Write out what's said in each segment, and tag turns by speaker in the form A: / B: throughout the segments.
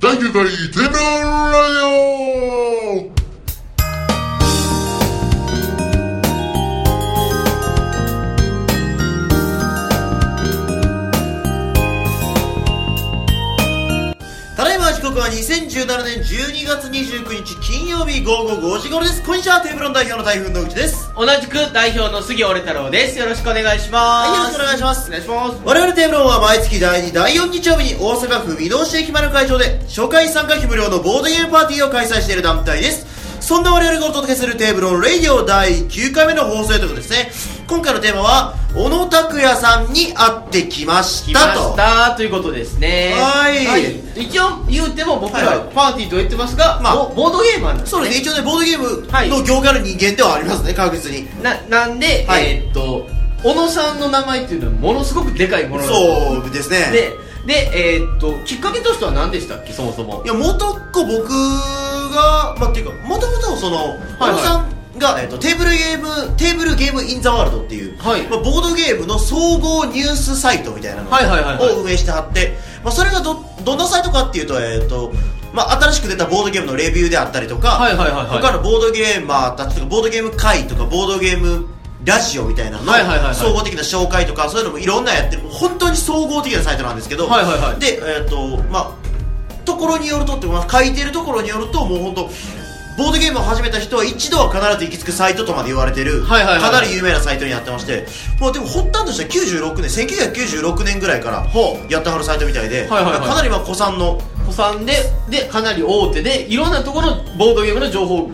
A: 第9回テレビラジオ
B: ただいま時刻は2017年12月29日金曜日午後5時頃ですこんにちはテーブルの代表の台風野口です
C: 同じく代表の杉折太郎ですよろしくお願いします
B: はいよろしくお願いします
C: お願いします
B: 我々テーブルは毎月第2第4日曜日に大阪府御堂市駅前の会場で初回参加費無料のボードゲームパーティーを開催している団体ですそんな我々がお届けするテーブルのレイディオ第9回目の放送ということですね今回のテーマは小野拓也さんに会ってきまし
C: 来ま
B: たと
C: したということですね
B: はい
C: 一応言うても僕
B: はい
C: ら
B: は
C: パーティーと言ってますが、
B: まあ
C: ボボードゲーマーなんです
B: そうですね一応ねボードゲー
C: はい
B: ムの業界の人間ではありますね確実に
C: ななんで、
B: はい
C: えーっと小野さんの名前っていうのはものすごくでかいものなんです
B: そうですね
C: ででえーっときっかけとしては何でしたっけそもそも
B: いや元っ子僕がまあっていうか元々その小
C: はい
B: 野さんが、えっと、テーブルゲームテーブルゲームインザワールドっていう、
C: はい
B: まあ、ボードゲームの総合ニュースサイトみたいなの
C: はいはいはいはい
B: を運営してはって、まあ、それがどどんなサイトかっていうと,、えっとまあ、新しく出たボードゲームのレビューであったりとか、
C: はいはいはいはい
B: 他のボードゲーマーたちとかボードゲーム会とかボードゲームラジオみたいなのの
C: はいはいはいはい
B: 総合的な紹介とかそういうのもいろんなやってる本当に総合的なサイトなんですけど、
C: はいはいはい
B: でえっ、とまあところによるとって、まあ、書いてるところによるともう本当ボードゲームを始めた人は一度は必ず行き着くサイトとまで言われてる、
C: はいはいはい
B: かなり有名なサイトになってまして、まあ、でも発端としては96年1996年ぐらいから
C: ほう
B: やってはるサイトみたいで、
C: はいはいはい
B: かなりまあ古参の
C: 子さんででかなり大手でいろんなところのボードゲームの情報を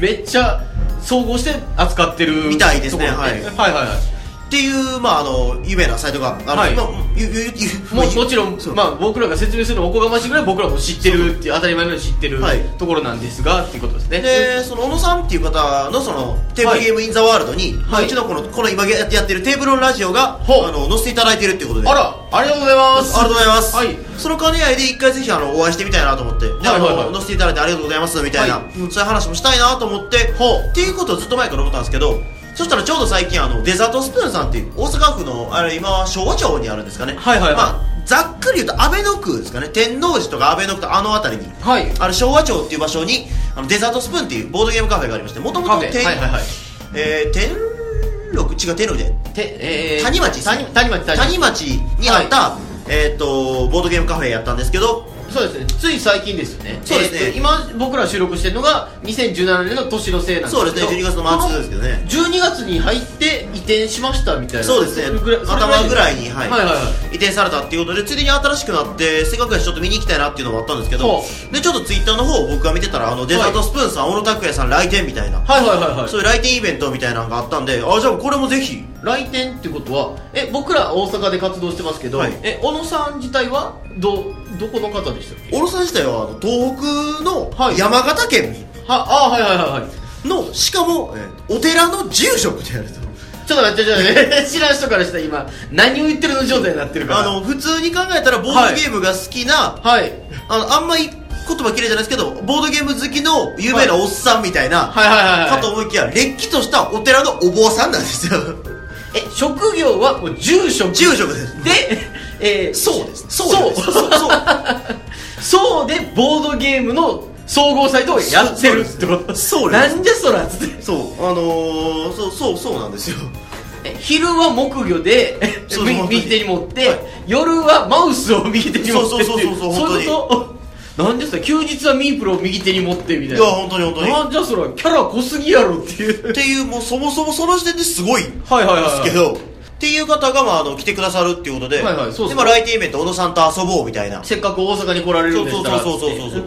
C: めっちゃ総合して扱ってる
B: みたいですね
C: ところ
B: はい
C: はいはいはい
B: っていう、まあ、あの有名なサイトがあるんです
C: はい
B: まあゆゆゆ
C: も
B: まあ
C: うもちろん
B: そう、
C: まあ、僕らが説明するのおこがましいぐらい僕らも知ってるっていう当たり前のように知ってる
B: はい
C: ところなんですがっていうことですね
B: でその小野さんっていう方のそのテーブルゲームインザワールドに、まあ
C: はいう
B: ちのこのこの今やってやってるテーブルのラジオがあ
C: ほう
B: の載せていただいてるっていうことで
C: あらありがとうございます
B: ありがとうございます、
C: はい
B: その兼ね合いで一回ぜひあのお会いしてみたいなと思って、であの
C: はいはいはい
B: 載せていただいてありがとうございますみたいな、
C: はい
B: うんそういう話もしたいなと思って、っていうことをずっと前から思ったんですけどそしたらちょうど最近あのデザートスプーンさんっていう大阪府のあれ今は昭和町にあるんですかね
C: はいはいはい
B: まあ、ざっくり言うと安倍の区ですかね天王寺とか安倍の区とかあの辺りに
C: はい
B: あの昭和町っていう場所にあのデザートスプーンっていうボードゲームカフェがありましてもともと
C: カフェはいはいはい
B: えー、天禄違う天禄で
C: てえー
B: 谷町ですね
C: 谷谷町
B: 谷町にあった、えーっ、とボードゲームカフェやったんですけど
C: そうですねつい最近ですよね
B: そうですね
C: えーと今僕ら収録してるのが2017年の年のせいなんですけ
B: そう
C: ど
B: ですね12月の末ですけどね
C: 12月に入って移転しましたみたいな
B: そうですね
C: れぐらいそれ
B: 頭ぐらいに、はい
C: はいはいは
B: 移転されたっていうことでついでに新しくなってせっかくやしちょっと見に行きたいなっていうのもあったんですけど
C: そ
B: でちょっとツイッターの方を僕が見てたらあのデザートスプーンさん小野拓也さん来店みたいな、
C: はいはいはいはい
B: そういう来店イベントみたいなのがあったんであじゃあこれもぜひ
C: 来店ってことはえ僕ら大阪で活動してますけど、
B: はい
C: え小野さん自体はどどこの方でしたっけ
B: 小野さん自体はあの東北の
C: はい
B: 山形県
C: はあはいはいはいはい
B: の、しかも、えーお寺の住職でやると
C: ちょっと待ってちょっと待っ て知らん人からしたら今何を言ってるの状態になってるから
B: あの普通に考えたらボードゲームが好きな、
C: はい
B: あのあんまり言葉綺麗じゃないですけどボードゲーム好きの有名なおっさんみたいな、
C: はいはいはい
B: か
C: はい
B: と思いきやれっきとしたお寺のお坊さんなん ですよ
C: え職業はもう住職
B: 住職です
C: で、えー、
B: そうです
C: そう
B: ですそうそう
C: そうでボードゲームの総合サイトをやってるってこと
B: そうそうで
C: な
B: す
C: んでそらっつって
B: そうあのー、そうそうそうなんですよ
C: え昼は木魚 でえ
B: そう
C: み
B: 本当に
C: 右手に持って、
B: はい
C: 夜はマウスを右手に持ってってい
B: そうそうそうそうそう
C: そういうこと なんですか休日はミープルを右手に持ってみた
B: い
C: い
B: や
C: な
B: 本当に本当に
C: なんじゃそらキャラ濃すぎやろっていう
B: っていうもうそもそもその時点ですごい
C: はいはいはい
B: ですけど、っていう方が、まあ、あの来てくださるっていうことで、
C: はいはいそうそう
B: でまあ来店イベント小野さんと遊ぼうみたいな
C: せっかく大阪に来られる
B: そ
C: ん
B: う
C: で
B: そ
C: し
B: う
C: たら
B: そうそうそうそう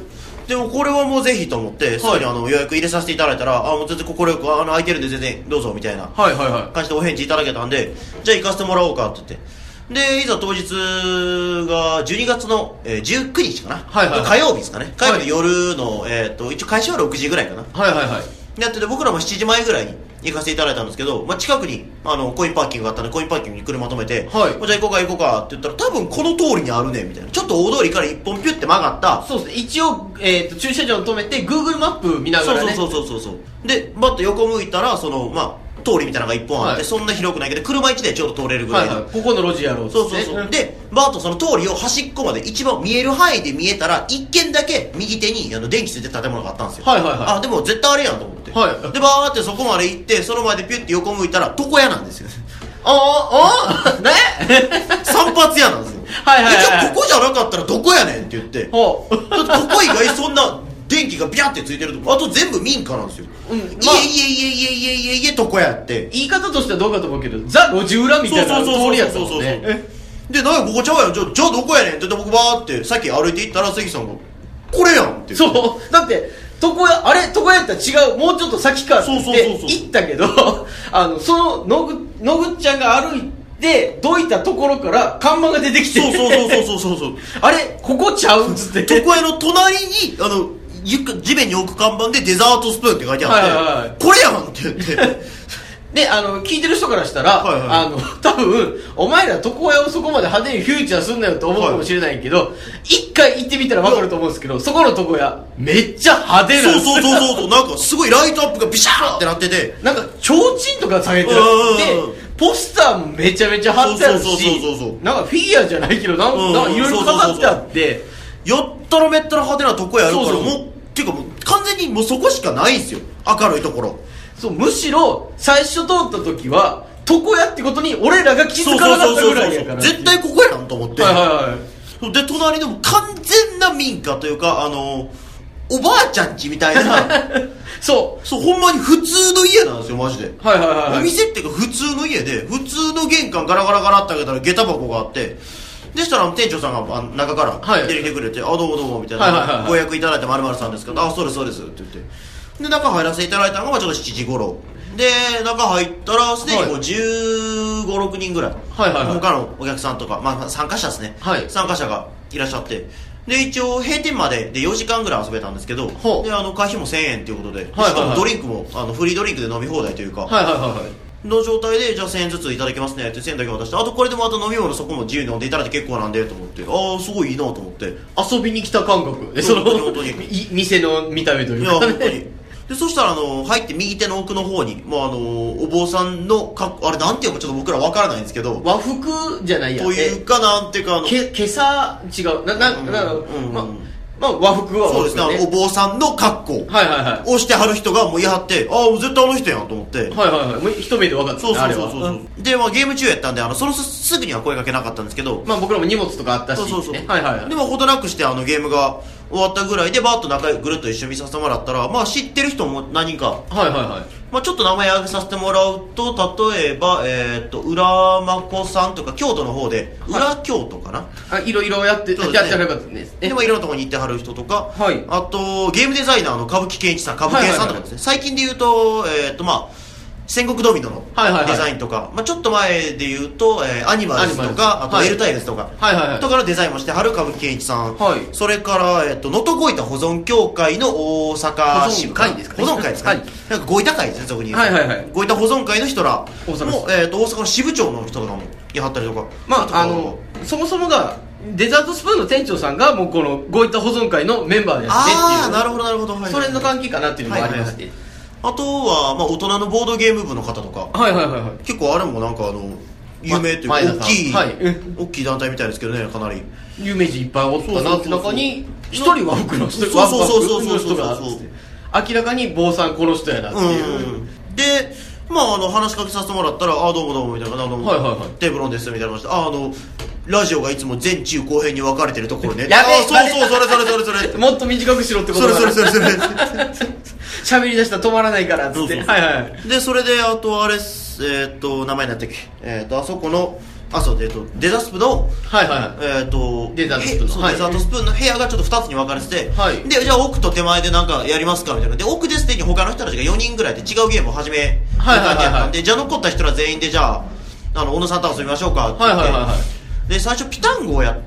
B: でもこれはもうぜひと思って、すぐにあの予約入れさせていただいたらあもう全然快くあの空いてるんで全然どうぞみたいな
C: はいはいは
B: 感じでお返事いただけたんでじゃあ行かせてもらおうかって言ってでいざ当日が12月の、えー19日かな、
C: はいはいはい
B: 火曜日ですかね火曜日の夜の、えー、と一応開始は6時ぐらいかない
C: はいはいはい
B: やってて僕らも7時前ぐらいに行かせていただいたんですけど、まあ、近くにあのコインパーキングがあったんでコインパーキングに車止めて、
C: はい
B: まあじゃあ行こうか行こうかって言ったら多分この通りにあるねみたいなちょっと大通りから一本ピュッて曲がった
C: そうですね一応、えー、と駐車場を止めて Google マップ見なが
B: そう
C: ら
B: そう
C: ね
B: そうそうそうそうでバッと横向いたらそのまあ通りみたいなのが一本あって、
C: はい
B: そんな広くないけど車1台ちょうど通れるぐら
C: はいい
B: の、
C: はいここの路地やろうっつって
B: そうそうそう、でバートその通りを端っこまで一番見える範囲で見えたら一軒だけ右手にあの電気ついてる建物があったんですよ
C: はいはいはい
B: あでも絶対あれやんと思って、
C: はい
B: でバーってそこまで行ってその前でピュッて横向いたら床屋なんですよ
C: あああね
B: 散髪屋なんですよ
C: はいはいはい
B: えじゃあここじゃなかったらどこやねんって言って
C: ほう
B: だってここ以外そんな電気がビャってついてるとこあと全部民家なんですよ、
C: うん
B: いえい
C: まあ
B: えいえいえいえいえいえ床屋って
C: 言い方としてはどうかと思うけどザ・路地裏みたいな通りやったもんねえ
B: でなんやここちゃうやんじゃあじゃあどこやねんって言って僕バーってさっき歩いて行ったら関さんが「これやん」って言って
C: そうだって床屋あれ床屋やったら違うもうちょっと先かって言っ
B: そうそう
C: て
B: そうそう
C: 行ったけど あのそののぐのぐっちゃんが歩いてどいたところから看板が出てきて
B: そうそうそう
C: う
B: そうそうそう
C: あれここちゃうっつって
B: 床屋の隣にあのゆ地面に置く看板でデザートスプーンって書いてあって、
C: はいはいはい
B: これやんって言って
C: であの聞いてる人からしたら、
B: はいはい
C: あの 多分お前ら床屋をそこまで派手にフューチャーすんなよと思うかもしれないけど、一回行ってみたら分かると思うんですけどそこの床屋めっちゃ派手な
B: そ
C: んで
B: う
C: す
B: そうそうそうそうなんかすごいライトアップがビシャーってなってて
C: なんか提灯とか下げてる
B: うん
C: でポスターもめちゃめちゃ貼ってある
B: そうそうそうそう
C: し
B: そう
C: なんかフィギュアじゃないけどなん
B: うん
C: かなんかいろいろ飾ってあって
B: やったらめったら派手な床屋やるから
C: そうそう
B: もうっていうかもう完全にもうそこしかないんですよ明るいところ
C: そうむしろ最初通った時は床屋ってことに俺らが気づかなかったぐらいやから
B: 絶対ここやんと思って、
C: はいはいはい
B: で隣でも完全な民家というかあのおばあちゃん家みたい な
C: そ
B: そうほんまに普通の家なんですよマジで、
C: うはいはいはい
B: お店っていうか普通の家で普通の玄関ガラガラガラって開けたら下駄箱があってでしたら店長さんがあの中か
C: は
B: ら
C: い
B: 出てきてくれて「あどうもどうも」みたい
C: はいはいはい
B: な「
C: はい
B: ご予約いただいてまるさんですか?」あそうですそうです」って言ってで中入らせていただいたのがちょうど7時頃で中入ったらすでにもう
C: はい
B: 1 5六6人ぐらい
C: はいはいはい
B: 他のお客さんとか、まあまあ、参加者ですね、
C: はい
B: 参加者がいらっしゃってで一応閉店までで4時間ぐらい遊べたんですけど
C: ほう
B: であの会費も1000円ということで、
C: はいはいはい
B: しかもドリンクもあのフリードリンクで飲み放題というか、
C: はいはいはいはい
B: の状態で、じゃあ1000円ずついただきますねって1000円だけ渡して、あとこれでまた飲み物そこも自由に飲んでいただいて結構なんでと思って、ああ、すごいいいなと思って。い
C: 遊びに来た感覚でその
B: 本当に本当に
C: い店の見た目という
B: や、
C: か
B: 本当に。で、そしたら、あの、入って右手の奥の方に、もうあの、お坊さんの格好、あれなんていうかちょっと僕らわからないんですけど、
C: 和服じゃないや
B: と
C: え
B: いうかなんていうか、あの、
C: け今朝違うなな
B: うん
C: な
B: うん
C: ままあ和服は
B: そう
C: 和
B: です
C: 服
B: ね、あのお坊さんの格好
C: はいはいはい
B: をしてはる人がもういはって、ああ、絶対あの人やんと思って。
C: はいはいはいもう一目で分かった
B: そうそう
C: あれ
B: そう
C: は
B: そうそう。で、まあゲーム中やったんで、あの、そのすすぐには声かけなかったんですけど、
C: まあ僕らも荷物とかあったし
B: そうそうそう、
C: ねはいはいはい
B: でもほどなくしてあのゲームが終わったぐらいでバーッと仲良くぐるっと一緒に見させてもらったらまあ知ってる人も何人か、
C: はいはいはい
B: まあ、ちょっと名前挙げさせてもらうと例えばえーっと浦真子さんとか京都の方で
C: は
B: 裏京都かな、
C: あいろいろやって
B: そうですね
C: やってなかったです
B: で
C: ね
B: まあいろんなところに行ってはる人とか、
C: はい
B: あとゲームデザイナーの歌舞伎健一さん歌舞伎さんとかですね、最近で言うとえーっとまあ戦国ドミノの
C: はいはいはい
B: デザインとか、まあ、ちょっと前で言うと、えーアニマルズ
C: ア
B: と
C: ニマ
B: か
C: ルズ
B: あと
C: はい
B: エルタイルズとか、
C: はいはいはい
B: とかのデザインもしてはる歌舞伎健一さん、
C: はい
B: それから、えっと能登ごいた保存協会の大阪支部
C: 保存会ですかね
B: 保存会ですか、ね
C: はい
B: なんかごいた会ですね俗に言う
C: はいはいはい
B: ごいた保存会の人らも
C: 大阪
B: えっと大阪の支部長の人とかもやはったりとか
C: ま
B: と
C: ああのそもそもがデザートスプーンの店長さんがもうこのごいった保存会のメンバーでやってって
B: あ
C: い
B: あ
C: う
B: なるほどなるほど、はいはい
C: それの関係かなっていうのもありまして
B: あとは、まあ、大人のボードゲーム部の方とか
C: はいはいはいはい
B: 結構あれもなんかあの有名というか、
C: ま前田さん
B: 大きい、
C: はい
B: 大きい団体みたいですけどねかなり
C: 有名人いっぱいおったなって中に一
B: そうそうそう
C: 人は僕の人
B: そうそうそう
C: ワンパクの人
B: そ
C: が
B: うそうそう
C: 明らかに坊さんこの人やなっていう、
B: うん、でまああの話しかけさせてもらったら「あどうもどうも」みたいな「あの、
C: はいはいはい
B: テーブロンです」みたいな話で「ああのラジオがいつも前中後編に分かれてるところね」
C: やべえ
B: あそうそうそれそれそれそ れ」
C: もっと短くしろってこと
B: それ
C: だ
B: それそれそれ
C: 喋り出したら止まらないからっつ
B: そう
C: っ
B: そう
C: て
B: そう
C: はいはい
B: でそれであとあれっすえーっと名前なんだっけえーっとあそこのあそうでえーっとデザスプの
C: はいはい
B: えーっと
C: デザートスプ
B: へそ
C: ーンの
B: う
C: はい
B: デザートスプーンの部屋がちょっと2つに分かれてて、
C: はい
B: でじゃあ奥と手前でなんかやりますかみたいなで奥で既に他の人たちが4人ぐらいで違うゲームを始める
C: はいはいはいはい
B: 感じやったんでじゃあ残った人ら全員でじゃああの小野さんと遊びましょうかって言って、
C: はいはいはいは
B: で最初ピタンゴをやっ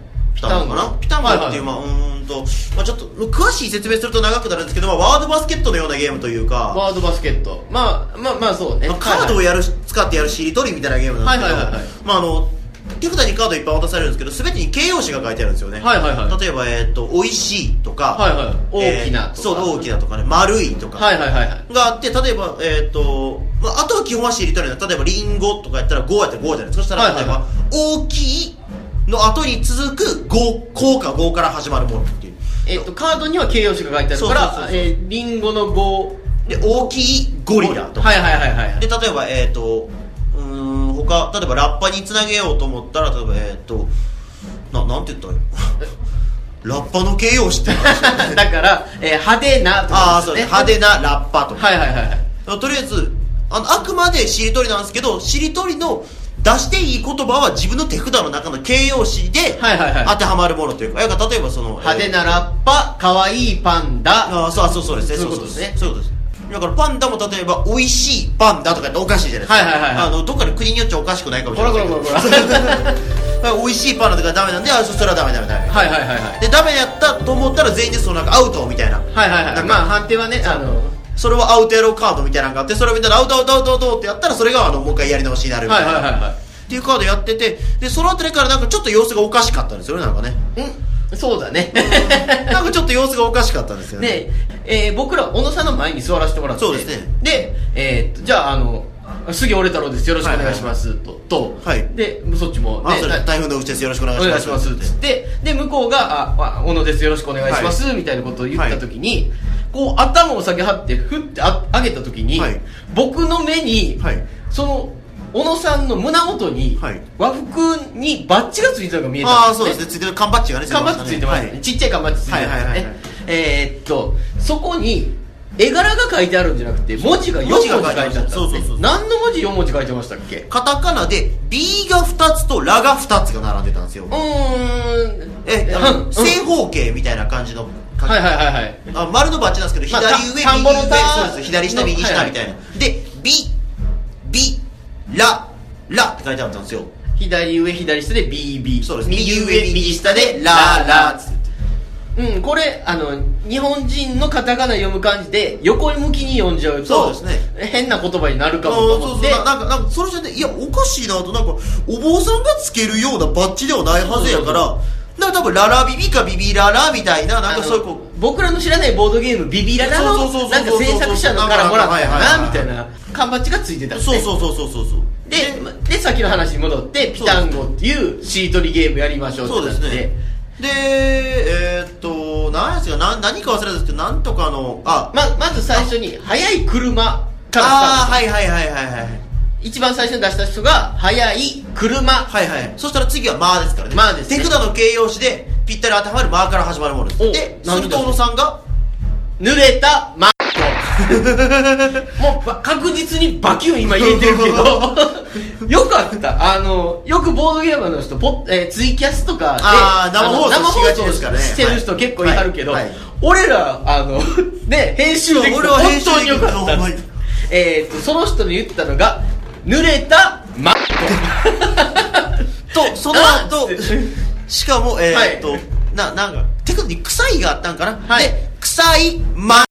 B: たのかなピ
C: ピ
B: タ
C: タ
B: ン
C: ン
B: ゴ
C: ゴ
B: っていう、まあうーんと、まあ、ちょっと詳しい説明すると長くなるんですけど、まあ、ワードバスケットのようなゲームというか
C: ワードバスケットまあまあまあそうね
B: まあカードを
C: はい
B: やるし使ってやるしりとりみたいなゲームなんですけど、
C: はいはいはいはい
B: まああの手札にカードいっぱい渡されるんですけど全てに形容詞が書いてあるんですよね、
C: はいはいはい
B: 例えば「えー、と美味しい」とか
C: はいはい大きなとか
B: そう大きな」とかね「丸い」とか
C: はいはいはいはい
B: があって例えばえっ、とまあ、あとは基本はシーリトル例えばリンゴとかやったら5やったら5じゃないですかそしたら
C: はいは
B: 例え
C: いはい
B: ば大きいの後に続く5効果5から始まるものっていう
C: えっと、カードには形容詞が書いてあるか
B: そうそう
C: ら
B: そう、そう
C: えー、リンゴの語
B: で大きいゴリラとか
C: はいはいはいはいはい。
B: で例えばえっ、とうーん他例えばラッパにつなげようと思ったら例えばえっ、とななんて言ったらいいのラッパの形容 詞って何でしょう
C: だから、えー、派手なと
B: あ
C: か
B: あそうね 派手なラッパとか、
C: はいはいはいはい。
B: とりあえずあのあくまでしりとりなんですけどしりとりの出していい言葉は自分の手札の中の形容詞で
C: はいはいはい
B: 当てはまるものというか,、例えばその
C: 派手
B: えー
C: なラッパ、可愛いパンダ。
B: ああそうあそうそうですね
C: そういうことですね
B: そういうことですだからパンダも例えば美味しいパンダとかやっておかしいじゃないですか、
C: はいはいはいはい
B: あのどっかの国によっちゃおかしくないかもし
C: こ
B: れな
C: ら
B: い
C: こ
B: け
C: ら
B: ど
C: こらこら。は
B: だ から美味しいパンダとかダメなんであそしたらダメダメダメ、
C: いはいはいはい。
B: でダメやったと思ったら全員でそのなんかアウトみたいな
C: はいはいは。
B: ないんか
C: まあ判定はね、あの、
B: それはアウトエロカードみたいなのがあってそれを見たらアウトアウトアウトアウトってやったらそれがあのもう一回やり直しになるみた
C: はいい
B: な、
C: はいはいは
B: っていうカードやっててでそのあたりからなんかちょっと様子がおかしかったんですよねなん かね
C: い。んそうだね。
B: なんかちょっと様子がおかしかったんですよね
C: ねえー僕ら小野さんの前に座らせてもらって
B: そうですね
C: で、えーっとじゃああの杉折れ太郎ですよろしくお願いします、とと、
B: はい
C: でそっちも、
B: あ
C: ね、
B: それ台風のうちですよろしくお願い
C: お
B: しま
C: 願い
B: す
C: しますっつってで向こうがあ「あ小野ですよろしくお願いします」みたいなことを言った時に、こう頭を下げはってふってあ上げた時に、
B: はい
C: 僕の目に、
B: はい
C: その小野さんの胸元に、
B: はい
C: 和服にバッジがついてたのが見えた
B: あ
C: ん
B: あそうですねついてる缶バッジがね
C: 缶バッジついてますね、
B: はい
C: ちっちゃい缶バッジついてますね、
B: はいはいはいはい
C: えーっとそこに絵柄が書いてあるんじゃなくて文字が4文字書いてあったんですね
B: そうそうそうそう
C: 何の文字4文字書いてましたっけ
B: カタカナで B が2つとラが2つが並んでたんですよ
C: うーん
B: えあ
C: うん
B: の正方形みたいな感じの書き
C: はいはいはいはい
B: あ丸のバッジなんですけど
C: まあ
B: 左上右
C: 田んぼの
B: 上
C: 田
B: そうです左下
C: の
B: 右
C: は
B: 下
C: いはい
B: みたいなで「ビ」「ビ」「ラ」「ラ」って書いてあったんですよ
C: 左上左下で BB
B: そうです
C: 右上右下で
B: ラ
C: ラ
B: ラ
C: ラうんこれあの日本人のカタカナ読む感じで横向きに読んじゃうと
B: そうです
C: 変な言葉になる
B: あ
C: か
B: ー
C: もと
B: そ
C: 思
B: うそ
C: って
B: うななんかなんかそれじゃねいやおかしいなとなんかお坊さんがつけるようなバッジではないはずやから
C: そ
B: だから多分ララビビかビビララみたいななんかそういう
C: あ
B: こ
C: の僕らの知らないボードゲームビビララ
B: そう
C: の
B: そうそうそう
C: なんか制作者のからもらったか
B: な
C: な
B: ん
C: み
B: か
C: た
B: はいはい
C: い
B: はい
C: な缶バッジがついてたん
B: う
C: です
B: そ
C: ね
B: うそうそうそうそうそう
C: でまでさっきの話に戻ってピタンゴっていうしりとりゲームやりましょうって
B: そうです
C: なって
B: ねでえーっと何やつが何何か忘れたんですけどなんとかのあ
C: ままず最初に速い車からスタート
B: あーはいはいはいはいはい
C: 一番最初に出した人が速い車
B: はいはいそしたら次は「ま」ですからね「
C: まですね
B: 手札の形容詞でぴったり当てはまる「ま」から始まるものです
C: お
B: で
C: な
B: す
C: るほど
B: ると小野さんが
C: 濡れたマッ トもうば確実にバキュン今入れてる けどよかったあのよくボードゲーマーの人ポッ、えーツイキャスとかで
B: あー生放送
C: あの
B: しがちですからね
C: してる人結構いはるけど、
B: はいはい
C: 俺らあの ね編集できて
B: 俺は編集
C: 本当
B: でき
C: に
B: てる
C: よかった
B: ほんまに
C: えー、とその人に言ってたのが濡れたマッ
B: とその後
C: あー
B: しかもえーっと、
C: はい
B: ななんか手札に「臭い」があったんかな、
C: はい
B: で「臭い」「ま」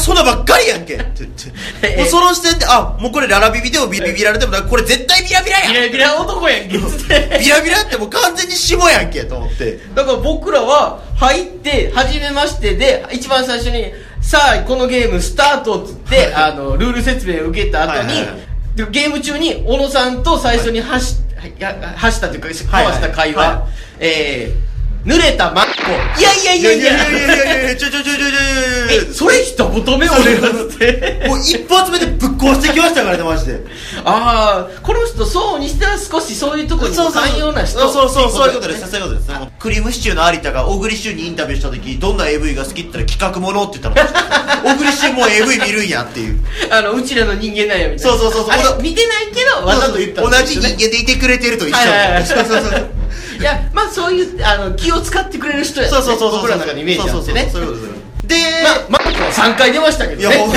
B: そんなばっかりやんけって言ってもうその視点であもうこれララビビでもビビビられてもなこれ絶対ビラビラ
C: ト
B: や
C: ビラビラ男やんけっつって
B: ビラビラってもう完全に霜やんけと思って
C: だから僕らは入って初めましてで一番最初に「さあこのゲームスタート」っつってあのルール説明を受けた後に、
B: はいはいはい
C: でゲーム中に小野さんと最初にはし、はいや走ったというか交わした会話、
B: はいはいは
C: えー、濡れたマッコいやいやいやい
B: い
C: や
B: やいやいやいやちょちょちょちょちょちょち
C: え
B: ょ
C: それ一言目俺がっつって
B: もう一発目でぶっ壊してきましたからねマジで
C: ああこの人そうにしたら少しそういうとこにも寛容な人
B: そうそうそうそういう
C: っ
B: こ
C: て
B: とですそういうことですクリームシチューの有田が小栗旬にインタビューした時どんな AV が好きって言ったら企画ものって言った の小栗旬も AV 見るんやっていう
C: あのうちらの人間なんやみたい
B: そ
C: な
B: うそうそうそう
C: あれ見てないけどわざと言った
B: 同
C: んです
B: じ
C: よ
B: 人
C: ね
B: 間でいてくれてると一緒
C: はいはいはい
B: そうそうそう
C: いやまあそういうあの気を使ってくれる人やね
B: そうそうそうそう
C: 僕らの中のイメージあってね
B: そうそうそうそういうことですで
C: まあマックは3回出ましたけ
B: い
C: ど
B: や
C: ね
B: も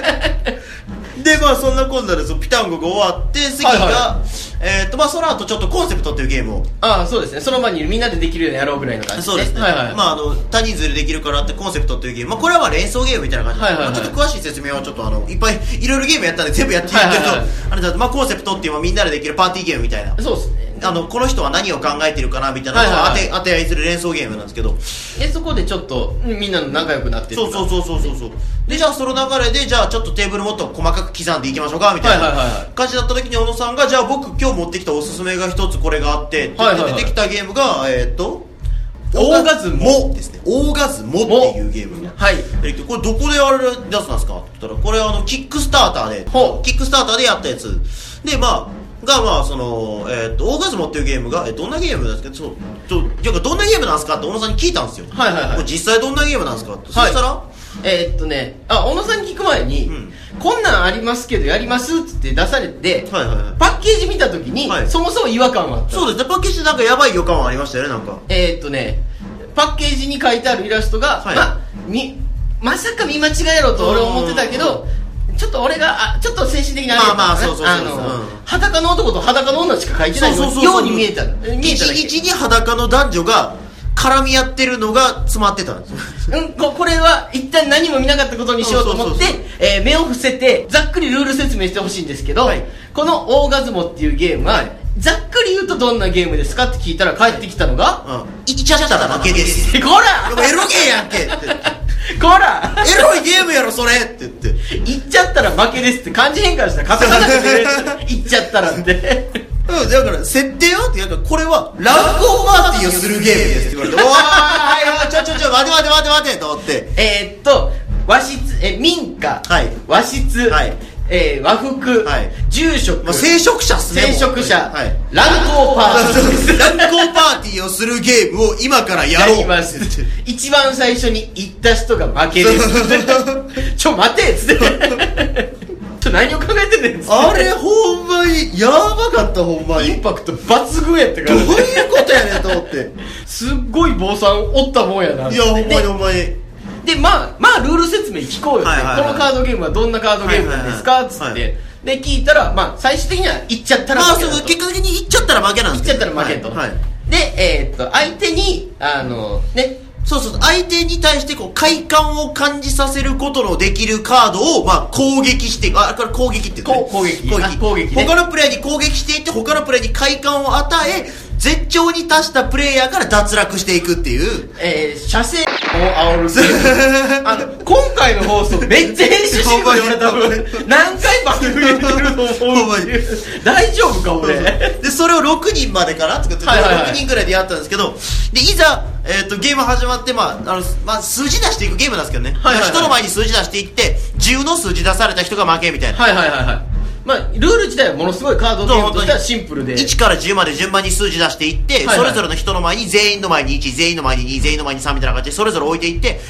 B: うでまあそんなこんなでそのピタンゴが終わって次が、
C: はいは
B: えーっとまあその後ちょっとコンセプトっていうゲームを
C: ああそうですねその前にみんなでできるようにやろうぐらいの感じ
B: そうですね、
C: はいはい、
B: まああの他人数でできるからってコンセプトっていうゲーム、まあ、これはまあ連想ゲームみたいな感じで、
C: はいはいはい
B: まあちょっと詳しい説明はちょっとあのいっぱいいろいろゲームやったんで全部やってるけど、
C: はいはいはい
B: あれだとまあコンセプトっていうまあみんなでできるパーティーゲームみたいな
C: そうですね
B: あのこの人は何を考えてるかなみたいなのを
C: はい
B: 当
C: はいは
B: て当て
C: い
B: 合いする連想ゲームなんですけど
C: でそこでちょっとみんなの仲良くなって
B: そうそう
C: う
B: そうそうそうそうでじゃあその流れでじゃあちょっとテーブルもっと細かく刻んでいきましょうかみたい
C: はいはいはいは
B: ない感じだった時に小野さんがじゃあ僕今日持ってきたおすすめが一つこれがあってって言って
C: はいはいはい
B: 出てきたゲームがえーっと
C: オーガズモ
B: ですねオーガズモっていうゲーム
C: はい
B: えっとこれどこでやるやつなんですかって言ったらこれあのキックスターターで
C: ほう
B: キックスターターでやったやつでまあがまあそのえーっとオーガズモっていうゲームがえどんなゲームなんですかちょっとちょっとどんなゲームなんですかって小野さんに聞いたんですよ
C: はいはいはい
B: これ実際どんなゲームなんですかって、そしたら
C: えーっとねあ小野さんに聞く前に、
B: うん
C: こんなんありますけどやりますっつって出されて、
B: はいはいはい
C: パッケージ見た時に、
B: はい
C: そもそも違和感はあった
B: そうですね、パッケージなんかやばい予感はありましたよね、なんか。
C: えーっとねパッケージに書いてあるイラストが、
B: はい
C: まみまさか見間違えろと俺は思ってたけどちょっと俺があちょっと精神的なれだった
B: まあまあ
C: かな
B: そうそうそうそう
C: あの
B: うん
C: 裸の男と裸の女しか書いてないようように見えたえ見
B: ギ
C: えただ
B: チギ
C: け
B: チに裸の男女が絡み合ってるのが詰まってたん ですよ。
C: うん、ここれは一旦何も見なかったことにしようと思って
B: そうそうそう、
C: えー目を伏せて、ざっくりルール説明してほしいんですけど、
B: はい
C: このオーガズモっていうゲームは、
B: はい
C: ざっくり言うとどんなゲームですかって聞いたら帰ってきたのが、
B: うん。いっちゃっただけです。
C: え
B: で
C: こ
B: も
C: ら
B: エロゲー やんけって言って
C: こら
B: エロいゲームやろ、それって言って。
C: 言っちゃったら負けですって漢字変換したらカタカナで言っちゃったらって。
B: うん、だから、設定はって、なんか、これは、ラブコーパーティーをするゲームですって言わ れて、おーい、おいちょちょちょ、待て待て待て待てと思って。
C: えーっと和室え民家、
B: はい
C: 和室、
B: はい
C: えー和服、
B: はい
C: 住職、
B: まあ、聖職者っすね。
C: 聖職者、
B: もうはい。
C: 乱交パーティー
B: 乱交パーティーをするゲームを今からや
C: や
B: ろう。
C: ります一番最初に行った人が負ける ちょ待てっつってちょ何を考えてんねんっつって
B: あれほんまにやばかったほんま
C: イン
B: に
C: パクト抜群やったか
B: どう
C: ら
B: い
C: ね
B: うことやねんと思って
C: すっごい坊さんおったもんや ない
B: やほんまに
C: で
B: ほんまに
C: でまあまあルール説明聞こうよって、
B: はいはいはい
C: このカードゲームはどんなカードゲームなんです
B: はい
C: か
B: はい
C: っ
B: はい
C: つって、
B: はい
C: で聞いたらまあ最終的には行っちゃったら
B: まあ
C: 負けだ
B: そ
C: と
B: う結果的にいっちゃったら負けなんで
C: 行
B: す
C: っ
B: け
C: ちゃ
B: ど
C: ったら負けと、
B: はいはい
C: でえーっと相手にあのね
B: そうそう相手に対してこう快感を感じさせることのできるカードをまあ攻撃してあこれ攻撃って言うね
C: こう攻撃
B: 攻
C: あ
B: 撃
C: 攻撃ね
B: 他のプレイヤーに攻撃していって他のプレイヤーに快感を与え絶頂に達したプレイヤーから脱落していくっていう
C: えー、射精を煽るっ ていうあの今回の放送めっちゃ編集してるから俺多分何回番組やってると思うっていう大丈夫か俺
B: でそれを6人までかなとかって、
C: はいはいはい
B: 6人ぐらいでやったんですけどでいざ、えー、とゲーム始まって、まああのまあ、数字出していくゲームなんですけどね、
C: はいはいはい
B: 人の前に数字出していって10の数字出された人が負けみたいな、
C: はいはいはいはいまあルール自体はものすごいカードゲームとしてはシンプルで
B: 1から10まで順番に数字出していって、
C: はいはい
B: それぞれの人の前に全員の前に1全員の前に2全員の前に3みたいな感じでそれぞれ置いていって